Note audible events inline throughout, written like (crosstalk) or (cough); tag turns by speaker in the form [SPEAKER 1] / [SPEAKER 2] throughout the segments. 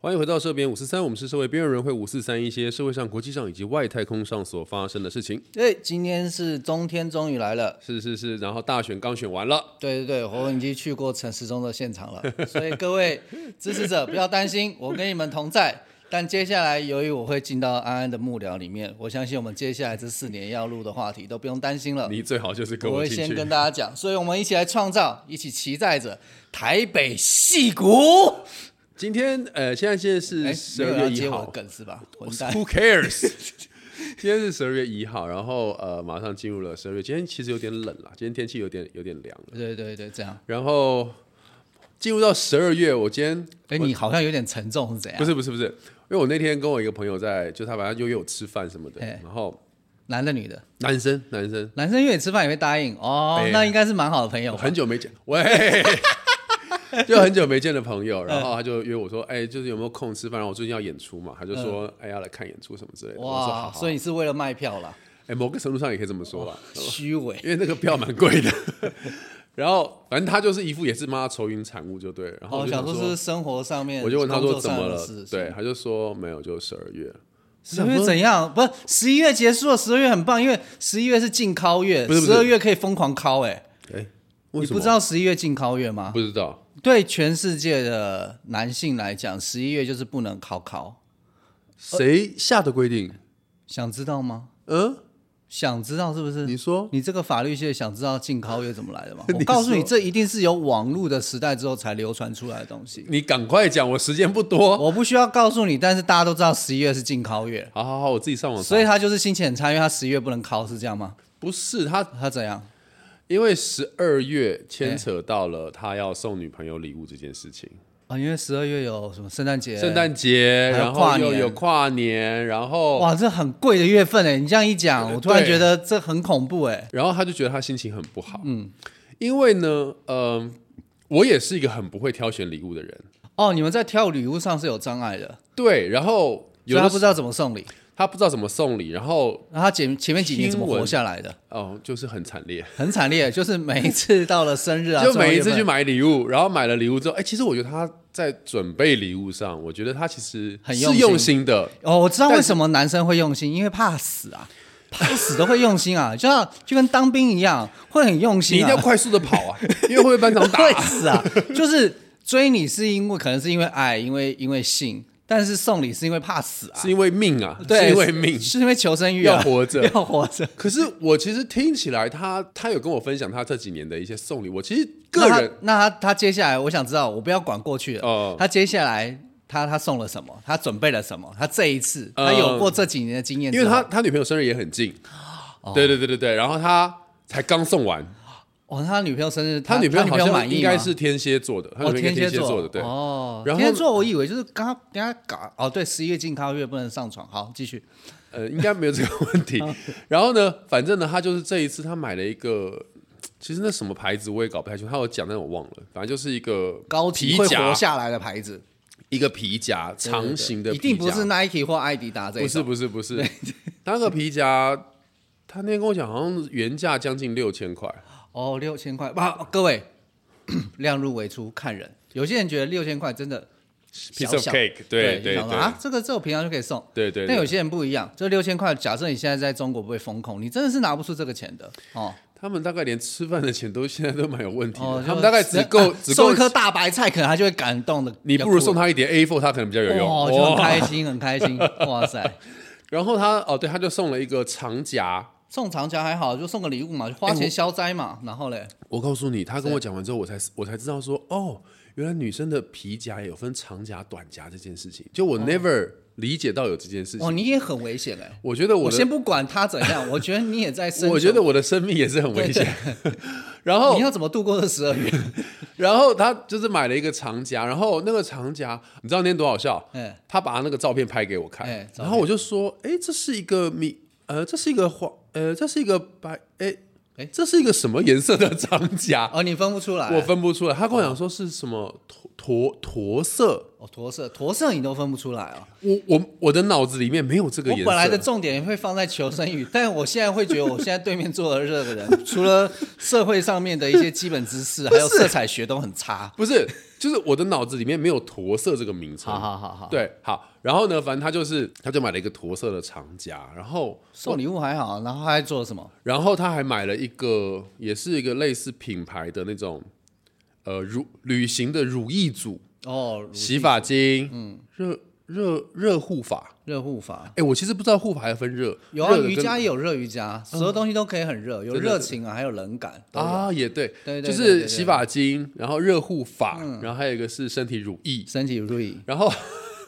[SPEAKER 1] 欢迎回到社边五四三，我们是社会边缘人会五四三一些社会上、国际上以及外太空上所发生的事情。
[SPEAKER 2] 哎，今天是中天终于来了。
[SPEAKER 1] 是是是，然后大选刚选完了，
[SPEAKER 2] 对对对，我已经去过陈时中的现
[SPEAKER 1] (laughs)
[SPEAKER 2] 场了，所以各位支持者不要担心，我跟你们同在。但接下来，由于我会进到安安的幕僚里面，我相信我们接下来这四年要录的话题都不用担心了。
[SPEAKER 1] 你最好就是跟
[SPEAKER 2] 我会
[SPEAKER 1] 进去。
[SPEAKER 2] 先跟大家讲，所以我们一起来创造，一起骑载着台北戏骨。
[SPEAKER 1] 今天呃，现在现在是
[SPEAKER 2] 哎，
[SPEAKER 1] 十
[SPEAKER 2] 没
[SPEAKER 1] 二
[SPEAKER 2] 有要
[SPEAKER 1] 月一
[SPEAKER 2] 接我的
[SPEAKER 1] 号
[SPEAKER 2] 梗是吧？混蛋！
[SPEAKER 1] ，Who cares？今天是十二月一号，然后呃，马上进入了十二月。今天其实有点冷啦，今天天气有点有点凉了。
[SPEAKER 2] 对对对，这样。
[SPEAKER 1] 然后进入到十二月， (laughs) 我今天
[SPEAKER 2] 哎，你好像有点沉重是怎样？
[SPEAKER 1] 不是不是不是，因为我那天跟我一个朋友在，就他晚上就约我吃饭什么的，
[SPEAKER 2] 哎
[SPEAKER 1] 然后
[SPEAKER 2] 男的女的？
[SPEAKER 1] 男生男生
[SPEAKER 2] 男生约你吃饭也会答应哦
[SPEAKER 1] 哎，
[SPEAKER 2] 那应该是蛮好的朋友吧。
[SPEAKER 1] 很久没见，喂，就很久没见的朋友，然后他就约我说，哎，就是有没有空吃饭？然后我最近要演出嘛，他就说，哎，要来看演出什么之类的。我说好
[SPEAKER 2] 嗯哇，
[SPEAKER 1] 好
[SPEAKER 2] 所，以你是为了卖
[SPEAKER 1] (laughs)
[SPEAKER 2] 票啦？
[SPEAKER 1] 哎，某个程度上也可以这么说吧，
[SPEAKER 2] 虚伪。
[SPEAKER 1] 因为那个票蛮贵的。然后反正他就是一副也是妈愁云惨雾就对了，然后我
[SPEAKER 2] 哦，
[SPEAKER 1] 就
[SPEAKER 2] 想
[SPEAKER 1] 想
[SPEAKER 2] 说是不是生活上面，
[SPEAKER 1] 我就问他
[SPEAKER 2] 工
[SPEAKER 1] 说
[SPEAKER 2] 作
[SPEAKER 1] 怎
[SPEAKER 2] 上
[SPEAKER 1] 么
[SPEAKER 2] 的
[SPEAKER 1] 了
[SPEAKER 2] 事？，
[SPEAKER 1] 对，他就说没有，就十二月。
[SPEAKER 2] 十二月怎样？不是十一月结束了，十二月很棒，因为十一月是禁考月，
[SPEAKER 1] 不是不是
[SPEAKER 2] 十二月可以疯狂考哎、
[SPEAKER 1] 哎，为
[SPEAKER 2] 你
[SPEAKER 1] 什
[SPEAKER 2] 不
[SPEAKER 1] 么
[SPEAKER 2] 知？道啊十一月禁考月吗？
[SPEAKER 1] 不知道。
[SPEAKER 2] 对全世界的男性来讲，十一月就是不能考考，
[SPEAKER 1] 谁下的规定？
[SPEAKER 2] 想知道吗？
[SPEAKER 1] 嗯，
[SPEAKER 2] 想知道是不是？
[SPEAKER 1] 你说
[SPEAKER 2] 你这个法律界想知道禁考月怎么来的吗？
[SPEAKER 1] (laughs) 你
[SPEAKER 2] 我告诉你，
[SPEAKER 1] 说
[SPEAKER 2] 这一定是有网络的时代之后才流传出来的东西。
[SPEAKER 1] 你赶快讲，我时间不多。
[SPEAKER 2] 我不需要告诉你，但是大家都知道十一月是禁考月，
[SPEAKER 1] 好好好，我自己上网查。
[SPEAKER 2] 所以他就是心情很差，因为他十一月不能考，是这样吗？
[SPEAKER 1] 不是他，
[SPEAKER 2] 他怎样？
[SPEAKER 1] 因为十二月牵扯到了他要送女朋友礼物这件事情，
[SPEAKER 2] 啊，因为十二月有什么圣诞节？
[SPEAKER 1] 圣诞节，
[SPEAKER 2] 还有
[SPEAKER 1] 然后
[SPEAKER 2] 跨
[SPEAKER 1] 又
[SPEAKER 2] 年
[SPEAKER 1] 有跨年，然后
[SPEAKER 2] 哇，这很贵的月份哎！你这样一讲，
[SPEAKER 1] 对
[SPEAKER 2] 我突然觉得这很恐怖哎。
[SPEAKER 1] 然后他就觉得他心情很不好。嗯，因为呢，嗯、我也是一个很不会挑选礼物的人。
[SPEAKER 2] 哦，你们在挑礼物上是有障碍的，
[SPEAKER 1] 对，然后有
[SPEAKER 2] 所以他
[SPEAKER 1] 的
[SPEAKER 2] 不
[SPEAKER 1] 时
[SPEAKER 2] 知道怎么送礼。
[SPEAKER 1] 他不知道怎么送礼，然后
[SPEAKER 2] 那他前前面几年怎么
[SPEAKER 1] 听闻
[SPEAKER 2] 活下来的？
[SPEAKER 1] 哦，就是很惨烈。
[SPEAKER 2] 很
[SPEAKER 1] (laughs)
[SPEAKER 2] 惨烈，就是每一次到了生日啊，
[SPEAKER 1] 就
[SPEAKER 2] 重要
[SPEAKER 1] 每一
[SPEAKER 2] 月
[SPEAKER 1] 次
[SPEAKER 2] 份
[SPEAKER 1] 去买礼物，然后买了礼物之后，哎、其实我觉得他在准备礼物上，我觉得他其实
[SPEAKER 2] 很
[SPEAKER 1] 是
[SPEAKER 2] 用心
[SPEAKER 1] 用心的。
[SPEAKER 2] 哦，我知道为什么男生会用心，因为怕死啊，怕死都会用心啊，就像就跟当兵一样，会很用
[SPEAKER 1] 你一
[SPEAKER 2] 心
[SPEAKER 1] 定
[SPEAKER 2] 啊。
[SPEAKER 1] 要快速的跑
[SPEAKER 2] (laughs)
[SPEAKER 1] 啊，因为会被班长打、
[SPEAKER 2] 会死啊！ (laughs) 就是追你是因为可能是因为爱，因为因为性，但是送礼是因为怕死啊，
[SPEAKER 1] 是因为命啊，
[SPEAKER 2] 对，
[SPEAKER 1] 是因为命。
[SPEAKER 2] 是因为求生欲啊、
[SPEAKER 1] 要活着
[SPEAKER 2] 要活着。
[SPEAKER 1] 可是我其实听起来他，他有跟我分享他这几年的一些送礼，我其实个
[SPEAKER 2] 那他
[SPEAKER 1] 人
[SPEAKER 2] 那他他接下来，我想知道，我不要管过去了，
[SPEAKER 1] 哦
[SPEAKER 2] 他接下来他他送了什么？他准备了什么？他这一次、
[SPEAKER 1] 呃
[SPEAKER 2] 他有过这几年的经验之
[SPEAKER 1] 因
[SPEAKER 2] 后，
[SPEAKER 1] 为他他女朋友生日也很近，对对对对对，然后他才刚送完，
[SPEAKER 2] 哦，他女朋友生日，
[SPEAKER 1] 他
[SPEAKER 2] 他
[SPEAKER 1] 女朋友好像
[SPEAKER 2] 满意
[SPEAKER 1] 应该
[SPEAKER 2] 吗
[SPEAKER 1] 是天蝎座的，他女朋
[SPEAKER 2] 哦，
[SPEAKER 1] 友应该
[SPEAKER 2] 天
[SPEAKER 1] 天蝎
[SPEAKER 2] 座
[SPEAKER 1] 座的，对，
[SPEAKER 2] 哦，
[SPEAKER 1] 然后
[SPEAKER 2] 天蝎座，我以为就是刚刚等下搞哦，对，十一月进咖啡月不能上床。好，继续。
[SPEAKER 1] 呃，应该没有这个问题。
[SPEAKER 2] 哦
[SPEAKER 1] 然后呢，反正呢，他就是这一次他买了一个，其实那什么牌子我也搞不太清楚，他有讲，但我忘了。反正就是一个
[SPEAKER 2] 高级
[SPEAKER 1] 皮
[SPEAKER 2] 会活
[SPEAKER 1] 夹，
[SPEAKER 2] 下来的牌子，
[SPEAKER 1] 一个皮夹，长形的皮
[SPEAKER 2] 一
[SPEAKER 1] 夹，
[SPEAKER 2] 定不是 Nike 或艾迪达这一
[SPEAKER 1] 不是
[SPEAKER 2] 种。
[SPEAKER 1] 不是不是，他那个皮夹，他那天跟我讲，好像原价将近六千块，
[SPEAKER 2] 哦，六千块哇！各位 (clears throat) 量入为出，看人。有些人觉得六千块真的
[SPEAKER 1] Piece
[SPEAKER 2] 小
[SPEAKER 1] of
[SPEAKER 2] 小
[SPEAKER 1] cake，对
[SPEAKER 2] 对
[SPEAKER 1] 对
[SPEAKER 2] 想说
[SPEAKER 1] 对
[SPEAKER 2] 啊，这个这我平常就可以送。
[SPEAKER 1] 对对
[SPEAKER 2] 但有
[SPEAKER 1] 对，
[SPEAKER 2] 些人不一样，这六千块，假设你现在在中国被封控，你真的是拿不出这个钱的哦。
[SPEAKER 1] 他们大概连吃饭的钱都现在都蛮有问题
[SPEAKER 2] 哦
[SPEAKER 1] 的，，
[SPEAKER 2] 就
[SPEAKER 1] 他们大概只够
[SPEAKER 2] (laughs) 啊
[SPEAKER 1] 只
[SPEAKER 2] 送
[SPEAKER 1] 够
[SPEAKER 2] 一，颗大白菜，可能他就会感动的。
[SPEAKER 1] 你不如送他一点 A4，他可能比较有用，
[SPEAKER 2] 哦，就很
[SPEAKER 1] 哇
[SPEAKER 2] 开心，很开心。哇塞，
[SPEAKER 1] 然后他哦，对，他就送了一个长夹。
[SPEAKER 2] 送长夹还好，就送个礼物嘛，就花
[SPEAKER 1] 哎我
[SPEAKER 2] 钱消灾嘛。然后嘞，
[SPEAKER 1] 我告诉你，他跟我讲完之后，我才我才知道说，哦，原来女生的皮夹也有分长夹、短夹这件事情。就我 never 理解到有这件事情。
[SPEAKER 2] 哦，你也很危险哎。
[SPEAKER 1] 我觉得
[SPEAKER 2] 我
[SPEAKER 1] 我
[SPEAKER 2] 先
[SPEAKER 1] 的，
[SPEAKER 2] 不管他怎
[SPEAKER 1] (laughs)
[SPEAKER 2] 样，我觉得你也在生
[SPEAKER 1] 我
[SPEAKER 2] 存。
[SPEAKER 1] 觉得我哦的生命也是很危险。 (laughs) 然后
[SPEAKER 2] 你，要怎么度过这十
[SPEAKER 1] (laughs)
[SPEAKER 2] 二月？
[SPEAKER 1] 然后他就是买了一个长夹，然后那个长夹，你知道那天多好笑？
[SPEAKER 2] 哎，
[SPEAKER 1] 他把他那个照片拍给我看，
[SPEAKER 2] 哎照片
[SPEAKER 1] 然后我就说，哎，这是一个米，呃，这是一个黄，呃，这是一个白，哎，
[SPEAKER 2] 哎
[SPEAKER 1] 这是一个什么颜色的长夹？
[SPEAKER 2] (laughs) 哦，你分不出来。
[SPEAKER 1] 我分不出来。他跟我讲说是什么驼驼驼色，
[SPEAKER 2] 哦，驼色，驼色你都分不出来啊、
[SPEAKER 1] 我我我的脑子里面没有这个
[SPEAKER 2] 我
[SPEAKER 1] 颜色。
[SPEAKER 2] 本来的重点会放在求生欲， (laughs) 但我现在会觉得，我现在对面坐的这个人， (laughs) 除了社会上面的一些基本知识，还有色彩学都很差。
[SPEAKER 1] 不是，就是我的脑子里面没有驼色这个名称。
[SPEAKER 2] 好好好好，
[SPEAKER 1] 对，好，然后呢，反正他就是，他就买了一个驼色的长夹，然后，
[SPEAKER 2] 送礼物还好，然后他还做了什么？
[SPEAKER 1] 然后他还买了一个，也是一个类似品牌的那种，呃，乳旅行的乳液组
[SPEAKER 2] 哦，
[SPEAKER 1] 洗发精，嗯，热热热护发。
[SPEAKER 2] 热护法。
[SPEAKER 1] 哎，我其实不知道护发还分热，
[SPEAKER 2] 有啊，
[SPEAKER 1] 热的跟嗯
[SPEAKER 2] 瑜伽也有热瑜伽，所有东西都可以很热，有热情啊，还有冷感。
[SPEAKER 1] 啊，也对，
[SPEAKER 2] 对对
[SPEAKER 1] 就
[SPEAKER 2] 对对嗯
[SPEAKER 1] 是
[SPEAKER 2] 对
[SPEAKER 1] 洗发精，然后热护发，然后还有一个是身体乳液，
[SPEAKER 2] 身体乳液，
[SPEAKER 1] 然后。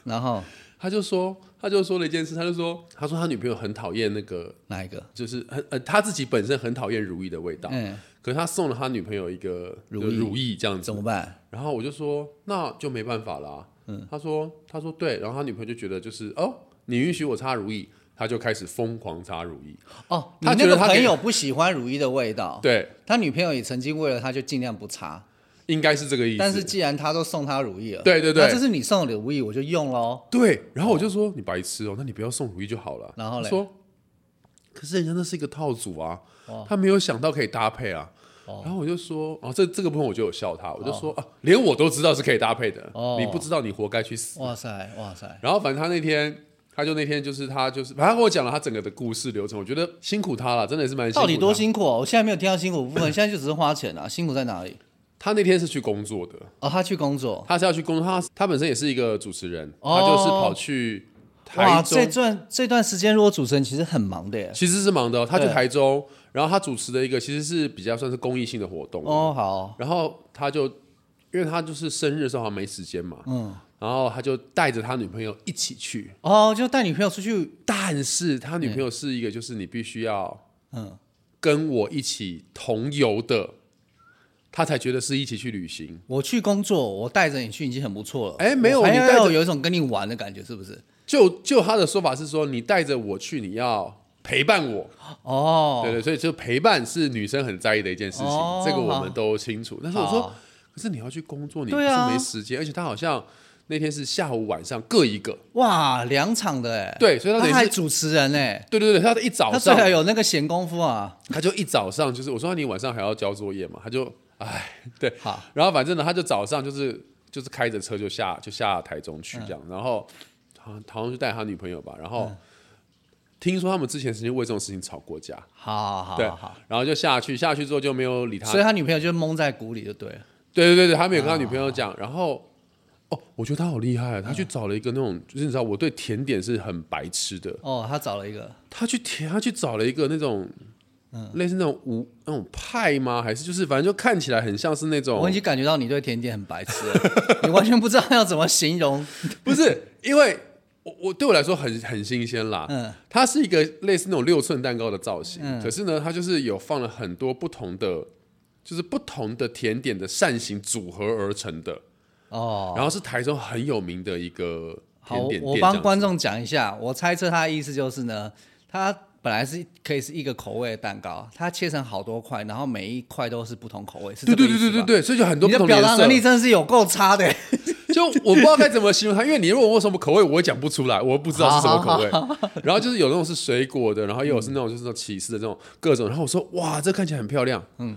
[SPEAKER 2] 然后
[SPEAKER 1] 他就说，他就说了一件事，他就说，他说他女朋友很讨厌那个，
[SPEAKER 2] 哪一个？
[SPEAKER 1] 就是很呃，他自己本身很讨厌如意的味道，
[SPEAKER 2] 嗯，
[SPEAKER 1] 可是他送了他女朋友一个
[SPEAKER 2] 如
[SPEAKER 1] 就如意这样子
[SPEAKER 2] 怎，么办？
[SPEAKER 1] 然后我就说那就没办法啦，嗯，他说他说对，然后他女朋友就觉得就是哦，你允许我擦如意，他就开始疯狂擦如意，
[SPEAKER 2] 哦，你
[SPEAKER 1] 他
[SPEAKER 2] 那
[SPEAKER 1] 觉
[SPEAKER 2] 个
[SPEAKER 1] 得他可以
[SPEAKER 2] 朋友不喜欢乳液的味道，
[SPEAKER 1] 对，
[SPEAKER 2] 他女朋友也曾经为了他就尽量不擦。
[SPEAKER 1] 应该是这个意思，
[SPEAKER 2] 但是既然他都送他如意了，
[SPEAKER 1] 对对对
[SPEAKER 2] 那这是你送的如意，我就用喽。
[SPEAKER 1] 对，然后我就说、你白痴哦，那你不要送如意就好了，
[SPEAKER 2] 然后嘞
[SPEAKER 1] 他说，可是人家那是一个套组啊，
[SPEAKER 2] 哦
[SPEAKER 1] 他没有想到可以搭配啊。然后我就说，哦，这这个朋友我就有笑他，我就说、啊，连我都知道是可以搭配的，
[SPEAKER 2] 哦
[SPEAKER 1] 你不知道你活该去死。
[SPEAKER 2] 哇塞，哇塞，
[SPEAKER 1] 然后反正他那天，他就那天就是他就是，反正他跟我讲了他整个的故事流程，我觉得辛苦他了，真的也是蛮辛苦。
[SPEAKER 2] 到底多？辛苦哦！我现在没有听到辛苦
[SPEAKER 1] (clears throat)
[SPEAKER 2] 的部分，现在就只是花钱啊，辛苦在哪里？
[SPEAKER 1] 他那天是去工作的，
[SPEAKER 2] 哦，他去工作，
[SPEAKER 1] 他是要去工作，他他本身也是一个主持人，
[SPEAKER 2] 哦
[SPEAKER 1] 他就是跑去台
[SPEAKER 2] 哇，
[SPEAKER 1] 中
[SPEAKER 2] 这，段这段时间如果主持人其实很忙的耶。
[SPEAKER 1] 其实是忙的哦，他去
[SPEAKER 2] 对
[SPEAKER 1] 台中，然后他主持的一个其实是比较算是公益性的活动，
[SPEAKER 2] 哦，好，
[SPEAKER 1] 然后他就，因为他就是生日的时候好像没时间嘛，
[SPEAKER 2] 嗯，
[SPEAKER 1] 然后他就带着他女朋友一起去，
[SPEAKER 2] 哦，就带女朋友出去，
[SPEAKER 1] 但是他女朋友是一个就是你必须要
[SPEAKER 2] 嗯，
[SPEAKER 1] 跟我一起同游的，他才觉得是一起去旅行。
[SPEAKER 2] 我去工作，我带着你去已经很不错了。
[SPEAKER 1] 哎没有
[SPEAKER 2] 我还
[SPEAKER 1] 你带着
[SPEAKER 2] 要有一种跟你玩的感觉，是不是？
[SPEAKER 1] 就就他的说法是说，你带着我去，你要陪伴我，
[SPEAKER 2] 哦，
[SPEAKER 1] 对对，所以就陪伴是女生很在意的一件事情，
[SPEAKER 2] 哦
[SPEAKER 1] 这个我
[SPEAKER 2] 好
[SPEAKER 1] 们都清楚。但是我说
[SPEAKER 2] 好，
[SPEAKER 1] 可是你要去工作，你不
[SPEAKER 2] 对
[SPEAKER 1] 是
[SPEAKER 2] 啊
[SPEAKER 1] 没时间，而且他好像那天是下午晚上各一个，
[SPEAKER 2] 哇，两场的哎，
[SPEAKER 1] 对所以他等于
[SPEAKER 2] 他
[SPEAKER 1] 是
[SPEAKER 2] 还主持人哎，
[SPEAKER 1] 对对对，他一早
[SPEAKER 2] 他最 (laughs)
[SPEAKER 1] 上
[SPEAKER 2] 好有那个闲工夫啊。
[SPEAKER 1] 他就一早上就是我说你晚上还要交作业嘛，他就 (laughs) 哎对，
[SPEAKER 2] 好，
[SPEAKER 1] 然后反正呢他就早上就是就是开着车就下就下台中
[SPEAKER 2] 嗯
[SPEAKER 1] 去这样，然后好像好像就带他女朋友吧，然后、听说他们之前曾经为这种事情吵过架，
[SPEAKER 2] 好好
[SPEAKER 1] 对，
[SPEAKER 2] 好好，
[SPEAKER 1] 然后就下去下去之后就没有理他，
[SPEAKER 2] 所以他女朋友就蒙在鼓里就对了。
[SPEAKER 1] 对对对对，他没有跟他女朋友讲，然后。哦，我觉得他好厉害，他去找了一个那种，就是你知道，我对甜点是很白痴的，
[SPEAKER 2] 哦，他找了一个，
[SPEAKER 1] 他去填，他去找了一个那种，类似那种五那种派吗？还是就是反正就看起来很像是那
[SPEAKER 2] 我已
[SPEAKER 1] 种，
[SPEAKER 2] 经感觉到你对甜点很白痴了， (laughs) 你完全不知道要怎么形容。
[SPEAKER 1] (laughs) 不是因为我我对我来说很很新鲜啦。
[SPEAKER 2] 嗯
[SPEAKER 1] 它是一个类似那种六寸蛋糕的造型，可是呢，它就是有放了很多不同的，就是不同的甜点的扇形组合而成的，
[SPEAKER 2] 哦，
[SPEAKER 1] 然后是台中很有名的一个
[SPEAKER 2] 好，
[SPEAKER 1] 甜
[SPEAKER 2] 我
[SPEAKER 1] 点
[SPEAKER 2] 我
[SPEAKER 1] 店。
[SPEAKER 2] 帮观
[SPEAKER 1] 众，
[SPEAKER 2] 众讲一下，我猜测他的意思就是呢，他本来是可以是一个口味的蛋糕，它切成好多块，然后每一块都是不同口味，是这
[SPEAKER 1] 对
[SPEAKER 2] 个
[SPEAKER 1] 对
[SPEAKER 2] 意思
[SPEAKER 1] 对
[SPEAKER 2] 吧
[SPEAKER 1] 对对。对，所以就很多
[SPEAKER 2] 你
[SPEAKER 1] 不
[SPEAKER 2] 的
[SPEAKER 1] 同
[SPEAKER 2] 表
[SPEAKER 1] 颜
[SPEAKER 2] 达
[SPEAKER 1] 色
[SPEAKER 2] 能。力真的是有够差的，欸
[SPEAKER 1] (laughs) 就我不知道该怎么形容它，因为你如果问我什么口味，我也讲不出来，我不知道是什么口味。然后就是有那种是水果的，然后也有是那种就是那种起司的这种各种。然后我说哇，这看起来很漂亮，嗯，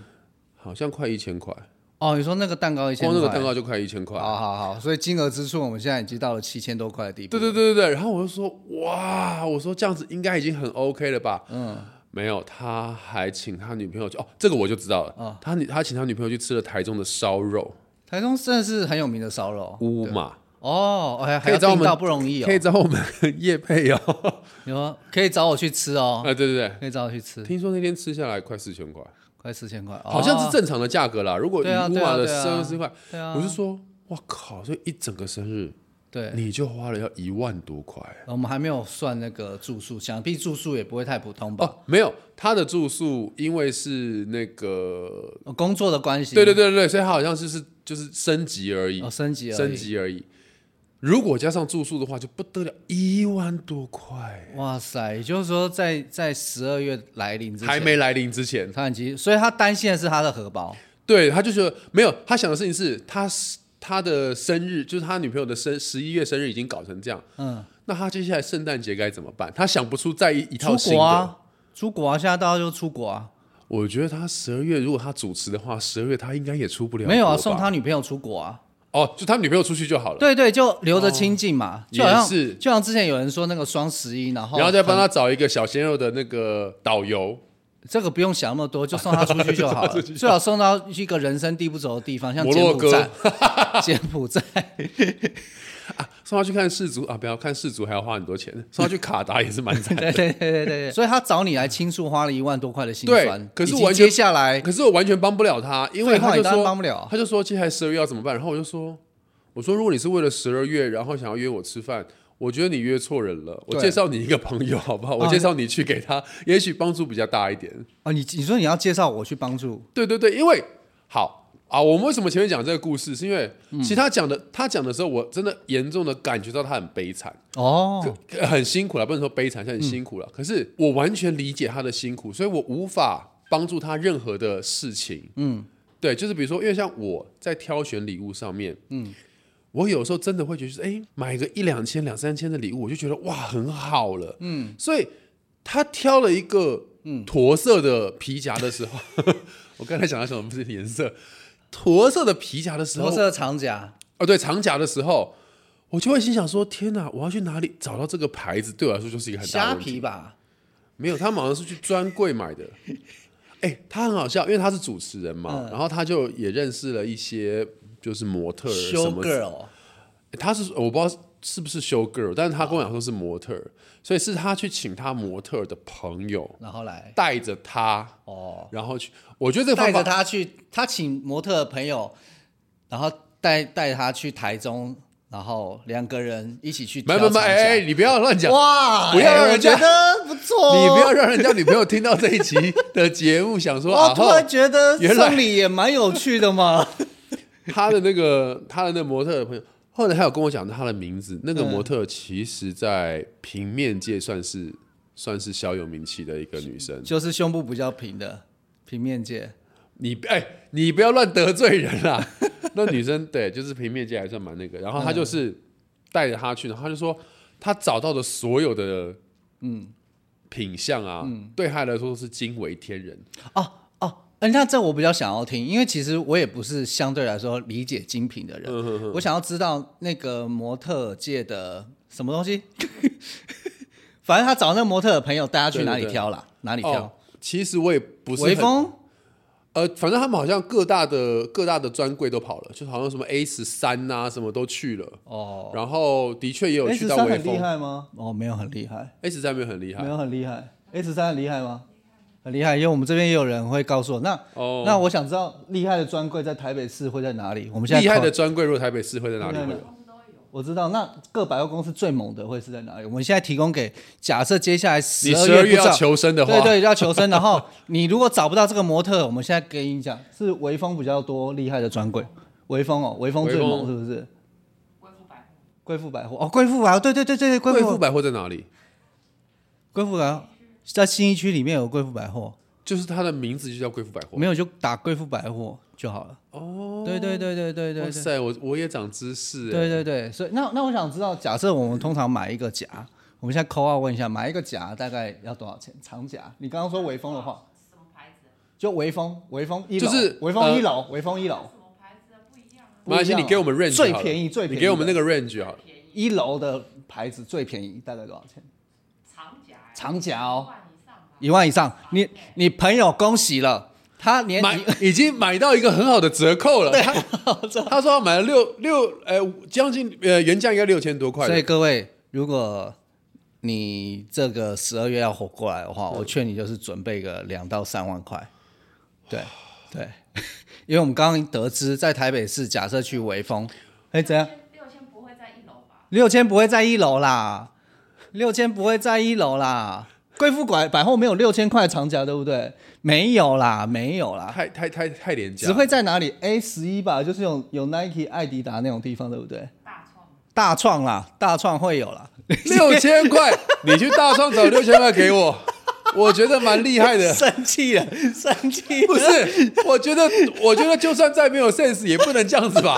[SPEAKER 1] 好像快一千块，
[SPEAKER 2] 哦！你说那个蛋糕一千
[SPEAKER 1] 光
[SPEAKER 2] 块，
[SPEAKER 1] 那个蛋，糕就快一千块。
[SPEAKER 2] 好好好，所以金额支出我们现在已经到了七千多块的地步。
[SPEAKER 1] 对对对对对，然后我就说哇，我说这样子应该已经很 OK 了吧？
[SPEAKER 2] 嗯，
[SPEAKER 1] 没有，他还请他女朋友去哦，这个我就知道了。
[SPEAKER 2] 嗯
[SPEAKER 1] 他女他请他女朋友去吃了台中的烧肉
[SPEAKER 2] 台中真的是很有名的烧肉
[SPEAKER 1] 乌马，
[SPEAKER 2] 哦，还
[SPEAKER 1] 可
[SPEAKER 2] 还
[SPEAKER 1] 以
[SPEAKER 2] 要
[SPEAKER 1] 找我
[SPEAKER 2] 订
[SPEAKER 1] 们
[SPEAKER 2] 到不容易哦
[SPEAKER 1] 可。以找我们 (laughs) 叶配哦。
[SPEAKER 2] 你说可以找我去吃哦，
[SPEAKER 1] (laughs) 啊，对对对，
[SPEAKER 2] 可以找我去吃，
[SPEAKER 1] 听说那天吃下来快四千块。
[SPEAKER 2] 快四千块，哦
[SPEAKER 1] 好像是正常的价格啦。如果以
[SPEAKER 2] 对啊
[SPEAKER 1] 乌
[SPEAKER 2] 对啊
[SPEAKER 1] 马的
[SPEAKER 2] 对啊
[SPEAKER 1] 生日之块，
[SPEAKER 2] 对啊
[SPEAKER 1] 我就说，我靠，这一整个生日
[SPEAKER 2] 对。
[SPEAKER 1] 你就花了要一万多块
[SPEAKER 2] 我们还没有算那个住宿，想必住宿也不会太普通吧？
[SPEAKER 1] 哦。没有，他的住宿因为是那个，
[SPEAKER 2] 哦、工作的关系，
[SPEAKER 1] 对对对对，所以他好像就是就是升级而已
[SPEAKER 2] 哦，，升级而已
[SPEAKER 1] 升，级而已。如果加上住宿的话，就不得了，一万多块，
[SPEAKER 2] 哇塞！也就是说在，在十二月来临之前，
[SPEAKER 1] 还没来临之前，
[SPEAKER 2] 他很急，所以他担心的是他的荷包。
[SPEAKER 1] 对，他就觉得没有，他想的事情是，他是他的生日，就是他女朋友的生十一月生日已经搞成这样，
[SPEAKER 2] 嗯，
[SPEAKER 1] 那他接下来圣诞节该怎么办？他想不出再一一套
[SPEAKER 2] 出
[SPEAKER 1] 新的。
[SPEAKER 2] 国啊，出国啊，现在大家就出国啊，
[SPEAKER 1] 我觉得他十二月如果他主持的话，十二月他应该也出不了。
[SPEAKER 2] 没有啊，送他女朋友出国啊，
[SPEAKER 1] 哦，就他女朋友出去就好了，哦
[SPEAKER 2] 对对，就留着清静嘛，就好
[SPEAKER 1] 也
[SPEAKER 2] 像
[SPEAKER 1] 是
[SPEAKER 2] 就像之前有人说那个双十一，然后
[SPEAKER 1] 然后再帮他找一个小鲜肉的那个导游。
[SPEAKER 2] 这个不用想那么多，就送他出去
[SPEAKER 1] (laughs)
[SPEAKER 2] 就好了，最好送到一个人生地不熟的地方，像
[SPEAKER 1] 摩
[SPEAKER 2] 柬
[SPEAKER 1] 洛
[SPEAKER 2] 埔
[SPEAKER 1] 哥
[SPEAKER 2] 寨， (laughs) 柬
[SPEAKER 1] (laughs)
[SPEAKER 2] 埔寨，
[SPEAKER 1] 送他去看世足啊，不要看世足还要花很多钱，送他去卡达也是蛮惨的。
[SPEAKER 2] 对对对对对对，所以他找你来倾诉花了一万多块的心
[SPEAKER 1] 对
[SPEAKER 2] 酸，
[SPEAKER 1] 可是
[SPEAKER 2] 以及
[SPEAKER 1] 完全
[SPEAKER 2] 接下来
[SPEAKER 1] 可是我完全帮不了他，因为
[SPEAKER 2] 废话
[SPEAKER 1] 他就
[SPEAKER 2] 你当然
[SPEAKER 1] 说
[SPEAKER 2] 帮不了
[SPEAKER 1] 他就说接下来十二月要怎么办，然后我就说，我说如果你是为了十二月，然后想要约我吃饭，我觉得你约错人了。我
[SPEAKER 2] 对啊
[SPEAKER 1] 介绍你一个朋友好不好？我介绍你去给他，也许帮助比较大一点。
[SPEAKER 2] 哦，你你说你要介绍我去帮助，
[SPEAKER 1] 对对对，因为好啊，我们为什么前面讲这个故事，是因为
[SPEAKER 2] 嗯
[SPEAKER 1] 其实他讲的、他讲的时候，我真的严重的感觉到他很悲惨。
[SPEAKER 2] 哦，
[SPEAKER 1] 呃很辛苦了，不能说悲惨，是很辛苦了。可是我完全理解他的辛苦，所以我无法帮助他任何的事情。
[SPEAKER 2] 嗯，
[SPEAKER 1] 对，就是比如说，因为像我在挑选礼物上面，嗯，我有时候真的会觉得，哎，买个一两千、两三千的礼物，我就觉得哇，很好了。嗯，所以他挑了一个驼色的皮夹的时候， (laughs) 我刚才讲到什么不是颜色，驼色的皮夹的时候
[SPEAKER 2] 驼，色长甲，
[SPEAKER 1] 哦，对，长夹的时候，我就会心想说：天哪，我要去哪里找到这个牌子？对我来说就是一个很大
[SPEAKER 2] 虾
[SPEAKER 1] 的问题。
[SPEAKER 2] 皮吧，
[SPEAKER 1] 没有，他们好像是去专柜买的。哎、他很好笑，因为他是主持人嘛，
[SPEAKER 2] 嗯
[SPEAKER 1] 然后他就也认识了一些就是模特儿呃什
[SPEAKER 2] show
[SPEAKER 1] 么。
[SPEAKER 2] girl，
[SPEAKER 1] 他是我不知道是不是 show girl，但是他跟我讲说是模特儿，所以是他去请他模特儿的朋友
[SPEAKER 2] 然后来
[SPEAKER 1] 带着他，
[SPEAKER 2] 哦，
[SPEAKER 1] 然后去。我觉得这个
[SPEAKER 2] 带
[SPEAKER 1] 方
[SPEAKER 2] 着
[SPEAKER 1] 法
[SPEAKER 2] 他去，他请模特的朋友，然后带带他去台中，然后两个人一起去
[SPEAKER 1] 没
[SPEAKER 2] 挑
[SPEAKER 1] 没
[SPEAKER 2] 长
[SPEAKER 1] 没，
[SPEAKER 2] 甲，
[SPEAKER 1] 哎、你不要乱讲。
[SPEAKER 2] 哇，
[SPEAKER 1] 不要
[SPEAKER 2] 哎
[SPEAKER 1] 让
[SPEAKER 2] 我
[SPEAKER 1] 人家
[SPEAKER 2] 觉得不错哦，
[SPEAKER 1] 你不要让人家女朋友听到这一集的节目，想说
[SPEAKER 2] 我
[SPEAKER 1] 啊，
[SPEAKER 2] 突
[SPEAKER 1] 后
[SPEAKER 2] 然觉得
[SPEAKER 1] 原来
[SPEAKER 2] 送礼也蛮有趣的嘛。 (laughs)
[SPEAKER 1] (laughs) 他的那个他的那模特的朋友，后来他有跟我讲他的名字。那个模特其实，在平面界算是算是小有名气的一个女生。
[SPEAKER 2] 就是胸部比较平的平面界，
[SPEAKER 1] (laughs) 你哎、你不要乱得罪人啊啦。 (laughs) 那女生对，就是平面界还算蛮那个。然后他就是带着他去，然后他就说他找到的所有的嗯品相啊，对他来说是惊为天人。
[SPEAKER 2] 哦哦，哎，那这我比较想要听，因为其实我也不是相对来说理解精品的
[SPEAKER 1] 嗯
[SPEAKER 2] 人，我想要知道那个模特界的什么东西。 (laughs) 反正他找那个模特的朋友带他去哪里
[SPEAKER 1] 对对对
[SPEAKER 2] 挑啦，哪里挑
[SPEAKER 1] 哦，其实我也不是
[SPEAKER 2] 微
[SPEAKER 1] 很
[SPEAKER 2] 风
[SPEAKER 1] 呃，反正他们好像各大的各大的专柜都跑了，就好像什么 A 十三呐，什么都去了。
[SPEAKER 2] 哦
[SPEAKER 1] 然后的确也有
[SPEAKER 2] ，A
[SPEAKER 1] 去
[SPEAKER 2] 哎十
[SPEAKER 1] 到
[SPEAKER 2] 三
[SPEAKER 1] 微
[SPEAKER 2] 很厉
[SPEAKER 1] 风
[SPEAKER 2] 害吗？哦，没有很厉害，
[SPEAKER 1] ，A 十三没有很厉害
[SPEAKER 2] 没有很厉害，A 十三很厉害吗？很厉害，因为我们这边也有人会告诉我，那、
[SPEAKER 1] 哦。
[SPEAKER 2] 那我想知道厉害的专柜在台北市会在哪里？我们现在
[SPEAKER 1] 厉害
[SPEAKER 2] 考
[SPEAKER 1] 的专柜，如果台北市会在哪里
[SPEAKER 2] 厉害
[SPEAKER 1] 会
[SPEAKER 2] 的
[SPEAKER 1] 有？
[SPEAKER 2] 我知道，那各百货公司最猛的会是在哪里？我们现在提供给假设接下来十
[SPEAKER 1] 你
[SPEAKER 2] 二
[SPEAKER 1] 十二月
[SPEAKER 2] 月不知
[SPEAKER 1] 要
[SPEAKER 2] 道
[SPEAKER 1] 求生的话，
[SPEAKER 2] 对对，要求生。然后 (laughs) 你如果找不到这个模特，我们现在给你讲，是微风比较多厉害的专柜，微风哦，微风最
[SPEAKER 1] 微
[SPEAKER 2] 猛
[SPEAKER 1] 风
[SPEAKER 2] 是不是？贵妇百货，哦，贵妇百货，对对对对对，贵
[SPEAKER 1] 贵
[SPEAKER 2] 妇
[SPEAKER 1] 妇百货在哪里？
[SPEAKER 2] 贵妇百货，在新一区里面有贵妇百货，
[SPEAKER 1] 就是它的名字就叫贵妇百货。
[SPEAKER 2] 没有就打贵妇百货就好了。
[SPEAKER 1] 哦，
[SPEAKER 2] 对对对对对对
[SPEAKER 1] 哇
[SPEAKER 2] 对。
[SPEAKER 1] 塞，我我也长知识哎。
[SPEAKER 2] 对对对，所以那那我想知道，假设我们通常买一个夹，我们现在扣二问一下，买一个夹大概要多少钱？长夹？你刚刚说微风的话，
[SPEAKER 3] 什么牌子？
[SPEAKER 2] 就微风，微风一楼，
[SPEAKER 1] 就是
[SPEAKER 2] 微风一
[SPEAKER 1] 呃
[SPEAKER 2] 楼，微风一楼，
[SPEAKER 3] 什么牌子啊？不一样啊。
[SPEAKER 1] 没关系，
[SPEAKER 2] 不一样
[SPEAKER 1] 你给我们 range
[SPEAKER 2] 最
[SPEAKER 1] 好了
[SPEAKER 2] 便宜最便宜
[SPEAKER 1] 你给我们
[SPEAKER 2] 的
[SPEAKER 1] 那个 range 好了。
[SPEAKER 2] 一楼的牌子最便宜，大概多少钱？
[SPEAKER 3] 长夹欸。
[SPEAKER 2] 长夹哦
[SPEAKER 3] 一万以上吧。
[SPEAKER 2] 一万以上。你你朋友恭喜了，他连
[SPEAKER 1] 买
[SPEAKER 2] 哎你
[SPEAKER 1] 已经买到一个很好的折扣了。他他说他买了六六呃将近呃原价应该六千多块的，
[SPEAKER 2] 所以各位，如果你这个十二月要活过来的话，我劝你就是准备个两到三万块。对对， (laughs) 因为我们刚刚得知，在台北市假设去微风，哎、怎样？
[SPEAKER 3] 六千不会在一楼吧？
[SPEAKER 2] 六千不会在一楼啦，六千不会在一楼啦。贵妇拐百货没有六千块长夹，对不对？没有啦，没有啦，
[SPEAKER 1] 太太太太廉价
[SPEAKER 2] 只
[SPEAKER 1] 了，
[SPEAKER 2] 会在哪里？A 十一吧，就是有有 Nike、艾迪达那种地方，对不对？
[SPEAKER 3] 大创。
[SPEAKER 2] 大创啦，大创会有啦。
[SPEAKER 1] 六千块，你去大创找六千块给我， (laughs) 我觉得蛮厉害的。
[SPEAKER 2] 生气了，生气了啊
[SPEAKER 1] 不是，我觉得我觉得就算再没有 sense 也不能这样子吧。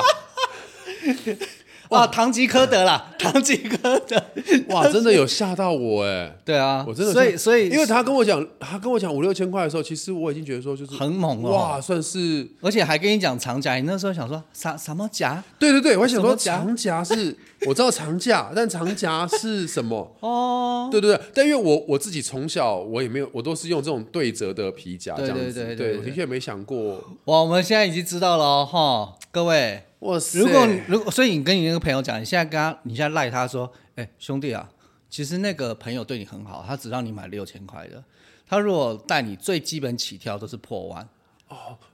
[SPEAKER 2] 哇，堂吉诃德 (laughs) 啦，堂吉诃德，
[SPEAKER 1] (laughs) 哇，真的有吓到我哎、
[SPEAKER 2] 对啊，
[SPEAKER 1] 我真的是，
[SPEAKER 2] 所以所以
[SPEAKER 1] 因为他跟我讲，他跟我讲五六千块的时候，其实我已经觉得说就是
[SPEAKER 2] 很猛哦
[SPEAKER 1] 哇，算是
[SPEAKER 2] 而且还跟你讲长夹，你那时候想说啥什么夹？
[SPEAKER 1] 对对对，我还想说
[SPEAKER 2] 什么夹
[SPEAKER 1] 长夹是，我知道长夹，但长夹是什么？
[SPEAKER 2] 哦，
[SPEAKER 1] 对对对，但因为我我自己从小我也没有，我都是用这种对折的皮夹这
[SPEAKER 2] 对
[SPEAKER 1] 样
[SPEAKER 2] 对
[SPEAKER 1] 子，
[SPEAKER 2] 对对对
[SPEAKER 1] 我的确没想过，
[SPEAKER 2] 哇，我们现在已经知道了哦，哈，各位，
[SPEAKER 1] 哇塞，
[SPEAKER 2] 如果你如果，所以你跟你那个朋友讲，你现在跟他，你现在赖他说，哎、兄弟啊，其实那个朋友对你很好，他只让你买六千块的，他如果带你最基本起跳都是破万，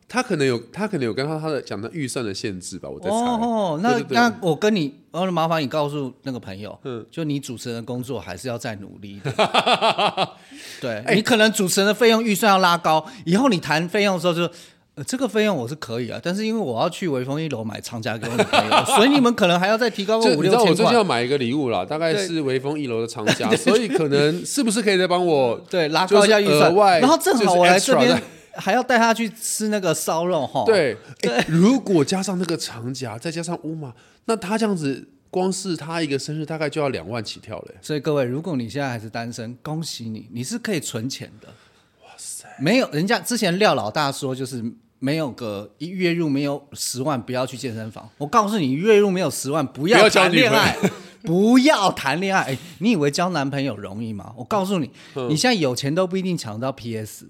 [SPEAKER 1] 他可能有他可能有跟他他的讲的预算的限制吧，我在猜。
[SPEAKER 2] 哦，那
[SPEAKER 1] 对对对
[SPEAKER 2] 那我跟你，然后麻烦你告诉那个朋友，
[SPEAKER 1] 嗯
[SPEAKER 2] 就你主持人的工作还是要再努力一点。
[SPEAKER 1] (laughs)
[SPEAKER 2] 对、
[SPEAKER 1] 哎
[SPEAKER 2] 你可能主持人的费用预算要拉高，以后你谈费用的时候就。呃，这个费用我是可以啊，但是因为我要去微风一楼买长夹给我女朋友，所以你们可能还要再提高
[SPEAKER 1] 就
[SPEAKER 2] 个五
[SPEAKER 1] 你知
[SPEAKER 2] 六
[SPEAKER 1] 道我
[SPEAKER 2] 千
[SPEAKER 1] 最近要
[SPEAKER 2] 块。
[SPEAKER 1] 买一个礼物啦，大概
[SPEAKER 2] 对
[SPEAKER 1] 是微风一楼的长
[SPEAKER 2] (laughs)
[SPEAKER 1] 夹，所以可能是不是可以再帮我
[SPEAKER 2] 对，拉高一下预
[SPEAKER 1] 就是
[SPEAKER 2] 算
[SPEAKER 1] 额，外
[SPEAKER 2] 然后正好
[SPEAKER 1] 就是
[SPEAKER 2] 我来这
[SPEAKER 1] extra
[SPEAKER 2] 边
[SPEAKER 1] 的
[SPEAKER 2] 还要带她去吃那个烧肉哈。，
[SPEAKER 1] 对，诶如果加上那个长夹，再加上乌马，那他这样子，光是他一个生日大概就要两万起跳欸嘞。
[SPEAKER 2] 所以各位，如果你现在还是单身，恭喜你，你是可以存钱的。
[SPEAKER 1] 哇塞！
[SPEAKER 2] 没有，人家之前廖老大说，就是没有个一月入没有十万，不要去健身房。我告诉你，月入没有十万，不
[SPEAKER 1] 不
[SPEAKER 2] 要
[SPEAKER 1] 要交
[SPEAKER 2] 谈
[SPEAKER 1] 女
[SPEAKER 2] 恋
[SPEAKER 1] 朋友
[SPEAKER 2] 爱， (laughs) 不要谈恋爱。哎，你以为交男朋友容易吗？我告诉你，
[SPEAKER 1] 嗯
[SPEAKER 2] 你现在有钱都不一定抢到 PS。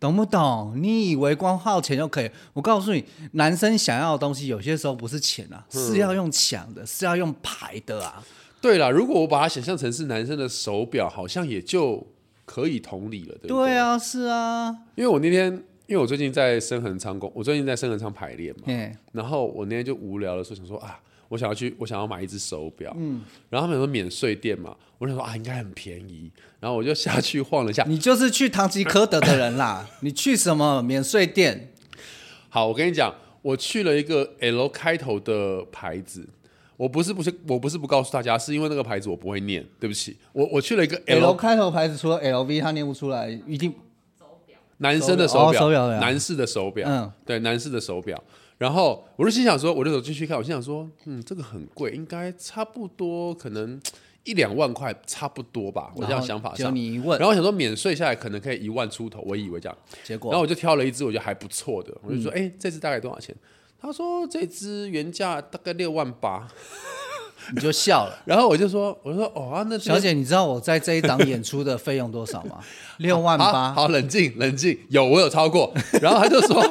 [SPEAKER 2] 懂不懂？你以为光耗钱就可以？我告诉你，男生想要的东西有些时候不是钱啊，
[SPEAKER 1] 嗯
[SPEAKER 2] 是要用抢的，是要用排的啊。
[SPEAKER 1] 对啦，如果我把它想象成是男生的手表，好像也就可以同理了，对不对？
[SPEAKER 2] 对啊，是啊，
[SPEAKER 1] 因为我那天，因为我最近在深恒仓工，我最近在深恒仓排练嘛，
[SPEAKER 2] 哎，
[SPEAKER 1] 然后我那天就无聊的时候想说啊，我想要去，我想要买一只手表，嗯，然后他们说免税店嘛，我想说啊，应该很便宜，然后我就下去晃了一下，
[SPEAKER 2] 你就是去堂吉诃德的
[SPEAKER 1] (laughs)
[SPEAKER 2] 人啦，你去什么免税店？
[SPEAKER 1] 好，我跟你讲，我去了一个 L 开头的牌子。我不是不是，我不是不告诉大家，是因为那个牌子我不会念，对不起。我我去了一个 L,
[SPEAKER 2] L 开头牌子除了 LV，他念不出来，一定
[SPEAKER 1] 男生的
[SPEAKER 2] 手
[SPEAKER 1] 手表，
[SPEAKER 2] 表哦手表对啊
[SPEAKER 1] 男士的手表，
[SPEAKER 2] 嗯
[SPEAKER 1] 对，男士的手表。然后我就心想说，我那时候进去看，我心想说，嗯，这个很贵，应该差不多可能一两万块，差不多吧，我这样想法
[SPEAKER 2] 就
[SPEAKER 1] 上。
[SPEAKER 2] 你一
[SPEAKER 1] 然
[SPEAKER 2] 问，
[SPEAKER 1] 后我想说免税下来可能可以一万出头，我以为这样。
[SPEAKER 2] 结
[SPEAKER 1] 然后
[SPEAKER 2] 果
[SPEAKER 1] 我就挑了一只我觉得还不错的，我就说，
[SPEAKER 2] 嗯
[SPEAKER 1] 哎、这只大概多少钱？他说这只原价大概六万八，
[SPEAKER 2] 你就笑
[SPEAKER 1] (laughs)
[SPEAKER 2] 了。
[SPEAKER 1] 然后我就说，我就说哦啊，那这
[SPEAKER 2] 小姐，你知道我在这一档演出的费用多少
[SPEAKER 1] (laughs)
[SPEAKER 2] 吗？六万
[SPEAKER 1] 好
[SPEAKER 2] 八。
[SPEAKER 1] 好冷静冷静，有我有超
[SPEAKER 2] (laughs)
[SPEAKER 1] 过，然后他就说，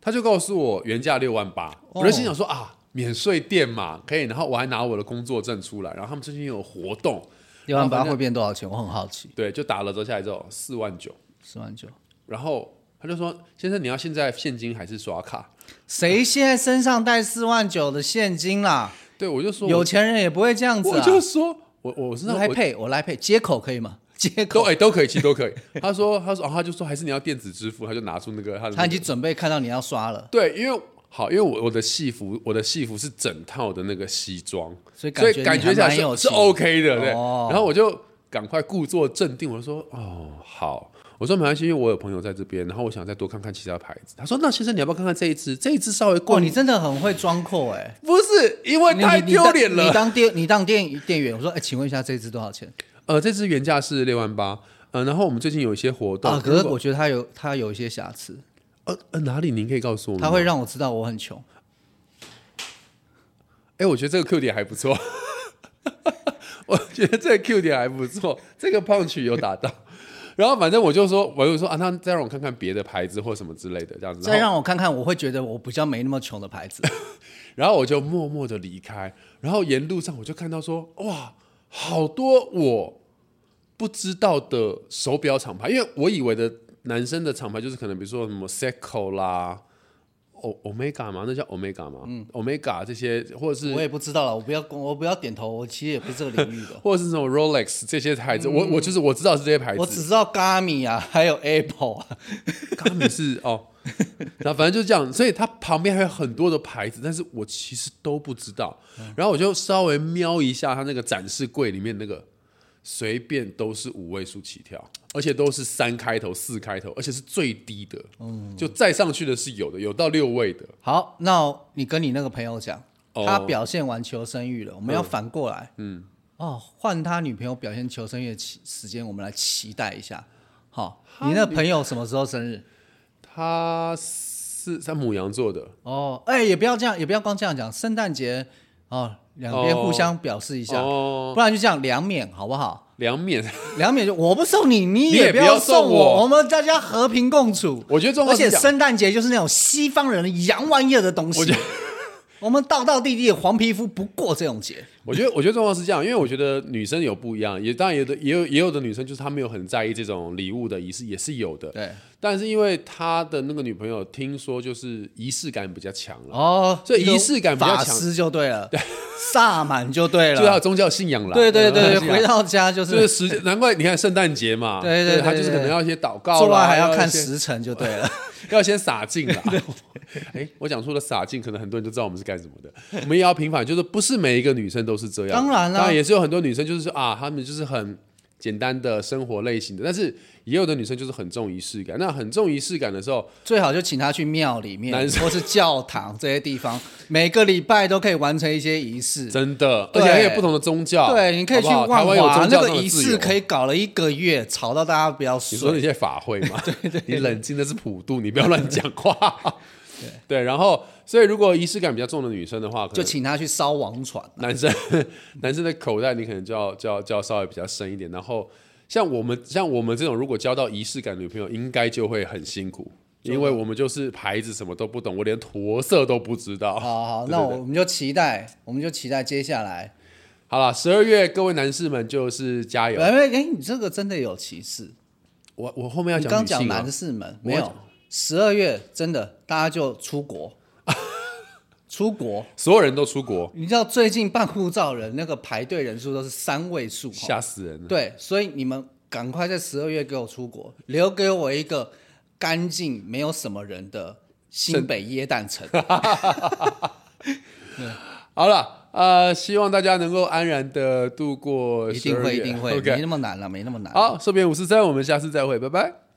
[SPEAKER 1] 他就告诉我原价六万八，
[SPEAKER 2] 哦
[SPEAKER 1] 我就心想说啊，免税店嘛可以，然后我还拿我的工作证出来，然后他们最近有活动，
[SPEAKER 2] 六万八
[SPEAKER 1] 然后
[SPEAKER 2] 会变多少钱？我很好奇。
[SPEAKER 1] 对，就打了折下来之后四万九，
[SPEAKER 2] 四万九，
[SPEAKER 1] 然后他就说先生你要现在现金还是刷卡？
[SPEAKER 2] 谁现在身上带四万九的现金啦？
[SPEAKER 1] 对我就说
[SPEAKER 2] 有钱人也不会这样子
[SPEAKER 1] 我
[SPEAKER 2] 啊。
[SPEAKER 1] 就说我我是
[SPEAKER 2] 我
[SPEAKER 1] 那
[SPEAKER 2] 来
[SPEAKER 1] 我
[SPEAKER 2] 配，我来配，接口可以吗？接
[SPEAKER 1] 都
[SPEAKER 2] 口，
[SPEAKER 1] 哎、都可以，其实都可以。他说他说、哦、他就说还是你要电子支付，他就拿出那个他的、那
[SPEAKER 2] 他已
[SPEAKER 1] 个
[SPEAKER 2] 经准备看到你要刷了，
[SPEAKER 1] 对，因为好，因为我我的戏服我的戏服是整套的那个西装，
[SPEAKER 2] 所以感
[SPEAKER 1] 所
[SPEAKER 2] 觉
[SPEAKER 1] 以感
[SPEAKER 2] 你
[SPEAKER 1] 觉
[SPEAKER 2] 还
[SPEAKER 1] 起来
[SPEAKER 2] 蛮有
[SPEAKER 1] 是是
[SPEAKER 2] 钱
[SPEAKER 1] OK 的，对。
[SPEAKER 2] 哦
[SPEAKER 1] 然后我就赶快故作镇定，我就说哦好。我说没关系，因为我有朋友在这边，然后我想再多看看其他牌子。他说：“那先生，你要不要看看这一只？这一只稍微贵。
[SPEAKER 2] 哇，哦你真的很会装阔哎、
[SPEAKER 1] 不是因为
[SPEAKER 2] 你
[SPEAKER 1] (laughs) 太
[SPEAKER 2] 你当
[SPEAKER 1] 丢脸了
[SPEAKER 2] 你。当店，你当店店员，我说，哎、请问一下，这只多少钱？
[SPEAKER 1] 呃，这只原价是六万八。嗯，然后我们最近有一些活动，
[SPEAKER 2] 啊，可
[SPEAKER 1] 如
[SPEAKER 2] 是
[SPEAKER 1] 果
[SPEAKER 2] 我觉得它有它有一些瑕疵，
[SPEAKER 1] 呃呃哪里您可以告诉我们吗？
[SPEAKER 2] 它会让我知道我很穷。
[SPEAKER 1] 哎、我觉得这个 Q 点还不错， (laughs) 我觉得这个 Q 点还不错，这个胖曲有打到。 (laughs) 然后反正我就说，我就说啊，那再让我看看别的牌子或什么之类的这样子。
[SPEAKER 2] 再
[SPEAKER 1] 然后，
[SPEAKER 2] 让我看看，我会觉得我比较没那么穷的
[SPEAKER 1] (laughs)
[SPEAKER 2] 牌子。
[SPEAKER 1] 然后我就默默的离开。然后沿路上我就看到说，哇，好多我不知道的手表厂牌，因为我以为的男生的厂牌就是可能比如说什么 Seiko 啦。O Omega 吗？那叫 Omega 吗？嗯，Omega 这些，或者是
[SPEAKER 2] 我也不知道了，我不要我不要点头，我其实也不是这个
[SPEAKER 1] (laughs)。
[SPEAKER 2] 领域的
[SPEAKER 1] 或者是什么 Rolex 这些牌
[SPEAKER 2] 嗯
[SPEAKER 1] 子，我我就是我知道是这些牌子，
[SPEAKER 2] 我只知道 Gami 啊，还有 Apple 啊，
[SPEAKER 1] 他们是哦，然后反正就这样，所以它旁边还有很多的牌子，但是我其实都不知道。然后我就稍微瞄一下它那个展示柜里面那个，随便都是五位数起跳，而且都是三开头、四开头，而且是最低的。
[SPEAKER 2] 嗯
[SPEAKER 1] 就再上去的是有的，有到六位的。
[SPEAKER 2] 好，那你跟你那个朋友讲，
[SPEAKER 1] 哦
[SPEAKER 2] 他表现完求生欲了，我们要反过来，
[SPEAKER 1] 嗯
[SPEAKER 2] 嗯，哦，换他女朋友表现求生欲的期时间，我们来期待一下。好，你那朋友什么时候生日？
[SPEAKER 1] 他是他母羊座的，
[SPEAKER 2] 哦，哎、也不要这样，也不要光这样讲。圣诞节哦，两边
[SPEAKER 1] 哦
[SPEAKER 2] 互相表示一下，
[SPEAKER 1] 哦
[SPEAKER 2] 不然就这样两免好不好？
[SPEAKER 1] 两
[SPEAKER 2] (laughs)
[SPEAKER 1] 面。
[SPEAKER 2] 两免就我不送你，你
[SPEAKER 1] 你也
[SPEAKER 2] 也
[SPEAKER 1] 不要
[SPEAKER 2] 要
[SPEAKER 1] 送
[SPEAKER 2] 送
[SPEAKER 1] 我
[SPEAKER 2] 我们大家和平共处。
[SPEAKER 1] 我觉得状
[SPEAKER 2] 而
[SPEAKER 1] 况是
[SPEAKER 2] 且
[SPEAKER 1] 这样
[SPEAKER 2] 圣诞节就是那种西方人洋玩意儿的东西
[SPEAKER 1] 我觉得。
[SPEAKER 2] 我们道道地地的黄皮肤不过这种节，
[SPEAKER 1] 我觉得，我觉得状况是这样，因为我觉得女生有不一样，也当然有的，也有也有的女生就是她没有很在意这种礼物的仪式，也是有的。
[SPEAKER 2] 对
[SPEAKER 1] 但是因为他的那个女朋友听说就是仪式感比较强了，
[SPEAKER 2] 哦，
[SPEAKER 1] 所以仪式感比较
[SPEAKER 2] 法
[SPEAKER 1] 强
[SPEAKER 2] 师就对了，萨满就对
[SPEAKER 1] 就他有
[SPEAKER 2] 了，
[SPEAKER 1] 宗教信仰啦。
[SPEAKER 2] 对对对，
[SPEAKER 1] 有宗教信
[SPEAKER 2] 回
[SPEAKER 1] 仰
[SPEAKER 2] 到家
[SPEAKER 1] (laughs)
[SPEAKER 2] 就
[SPEAKER 1] 就是
[SPEAKER 2] 是
[SPEAKER 1] 时间，难怪你看圣诞节嘛，
[SPEAKER 2] 对对
[SPEAKER 1] 对
[SPEAKER 2] 对
[SPEAKER 1] 他就是
[SPEAKER 2] 对
[SPEAKER 1] 可能要一些祷告
[SPEAKER 2] 做
[SPEAKER 1] 啦，
[SPEAKER 2] 完还要看
[SPEAKER 1] 一些，
[SPEAKER 2] 时辰就对了。
[SPEAKER 1] 啊要先洒净
[SPEAKER 2] (laughs)
[SPEAKER 1] 啦。 (laughs) 哎，我讲出了洒净，可能很多人就知道我们是干什么的。我们也要平反，就是不是每一个女生都是这样，
[SPEAKER 2] 当然啦
[SPEAKER 1] 当然也是有很多女生就是说啊，她们就是很。简单的生活类型的，但是也有的女生就是很重仪式感。那很重仪式感的时候，
[SPEAKER 2] (laughs) 最好就请他去庙里面
[SPEAKER 1] 男生
[SPEAKER 2] 或是教堂这些地方，每个礼拜都可以完成一些仪式。
[SPEAKER 1] 真的，而
[SPEAKER 2] 对
[SPEAKER 1] 且还有不同的宗教，
[SPEAKER 2] 对，你可以去
[SPEAKER 1] 好不好台湾
[SPEAKER 2] 万
[SPEAKER 1] 有
[SPEAKER 2] 华
[SPEAKER 1] 宗
[SPEAKER 2] 那
[SPEAKER 1] 教
[SPEAKER 2] 个
[SPEAKER 1] 上的
[SPEAKER 2] 仪
[SPEAKER 1] 自
[SPEAKER 2] 式，
[SPEAKER 1] 由
[SPEAKER 2] 可以搞了一个月，吵到大家不要
[SPEAKER 1] 你说那
[SPEAKER 2] 睡。
[SPEAKER 1] 些法会
[SPEAKER 2] (laughs)
[SPEAKER 1] 嘛？对对，你冷静的是普渡，你不要乱讲话。对，然后所以如果仪式感比较重的女生的话，可
[SPEAKER 2] 就
[SPEAKER 1] 能
[SPEAKER 2] 请他去烧王船。
[SPEAKER 1] 男生 (laughs) 男生的口袋你可能就要就要就要稍微比较深一点。然后像我们像我们这种如果交到仪式感的女朋友，应该就会很辛苦，因为我们就是牌子什么都不懂，我连驼色都不知道。
[SPEAKER 2] 好好，
[SPEAKER 1] 对
[SPEAKER 2] 那
[SPEAKER 1] 对
[SPEAKER 2] 我
[SPEAKER 1] 对
[SPEAKER 2] 们就期待，我们就期待接下来。
[SPEAKER 1] 好了，十二月各位男士们就是加油。
[SPEAKER 2] 哎哎，哎你这个真的有歧视。
[SPEAKER 1] 我我后面要
[SPEAKER 2] 你
[SPEAKER 1] 讲
[SPEAKER 2] 刚
[SPEAKER 1] 女性
[SPEAKER 2] 讲
[SPEAKER 1] 哦
[SPEAKER 2] 男士们
[SPEAKER 1] 我
[SPEAKER 2] 没有？十二月真的大家就出国， (laughs) 出国。
[SPEAKER 1] 所有人都出国，
[SPEAKER 2] 你知道最近办护照人那个排队人数都是三位数，哈
[SPEAKER 1] 吓死人了。
[SPEAKER 2] 对，所以你们赶快在十二月给我出国，留给我一个干净、没有什么人的新北耶诞城。
[SPEAKER 1] (laughs) 好了，呃，希望大家能够安然的度过
[SPEAKER 2] 一定
[SPEAKER 1] 12
[SPEAKER 2] 会，
[SPEAKER 1] 月
[SPEAKER 2] 一定会，没
[SPEAKER 1] ，OK，
[SPEAKER 2] 那么难了，没那么难。
[SPEAKER 1] 好，收编五四三，我们下次再会，拜拜。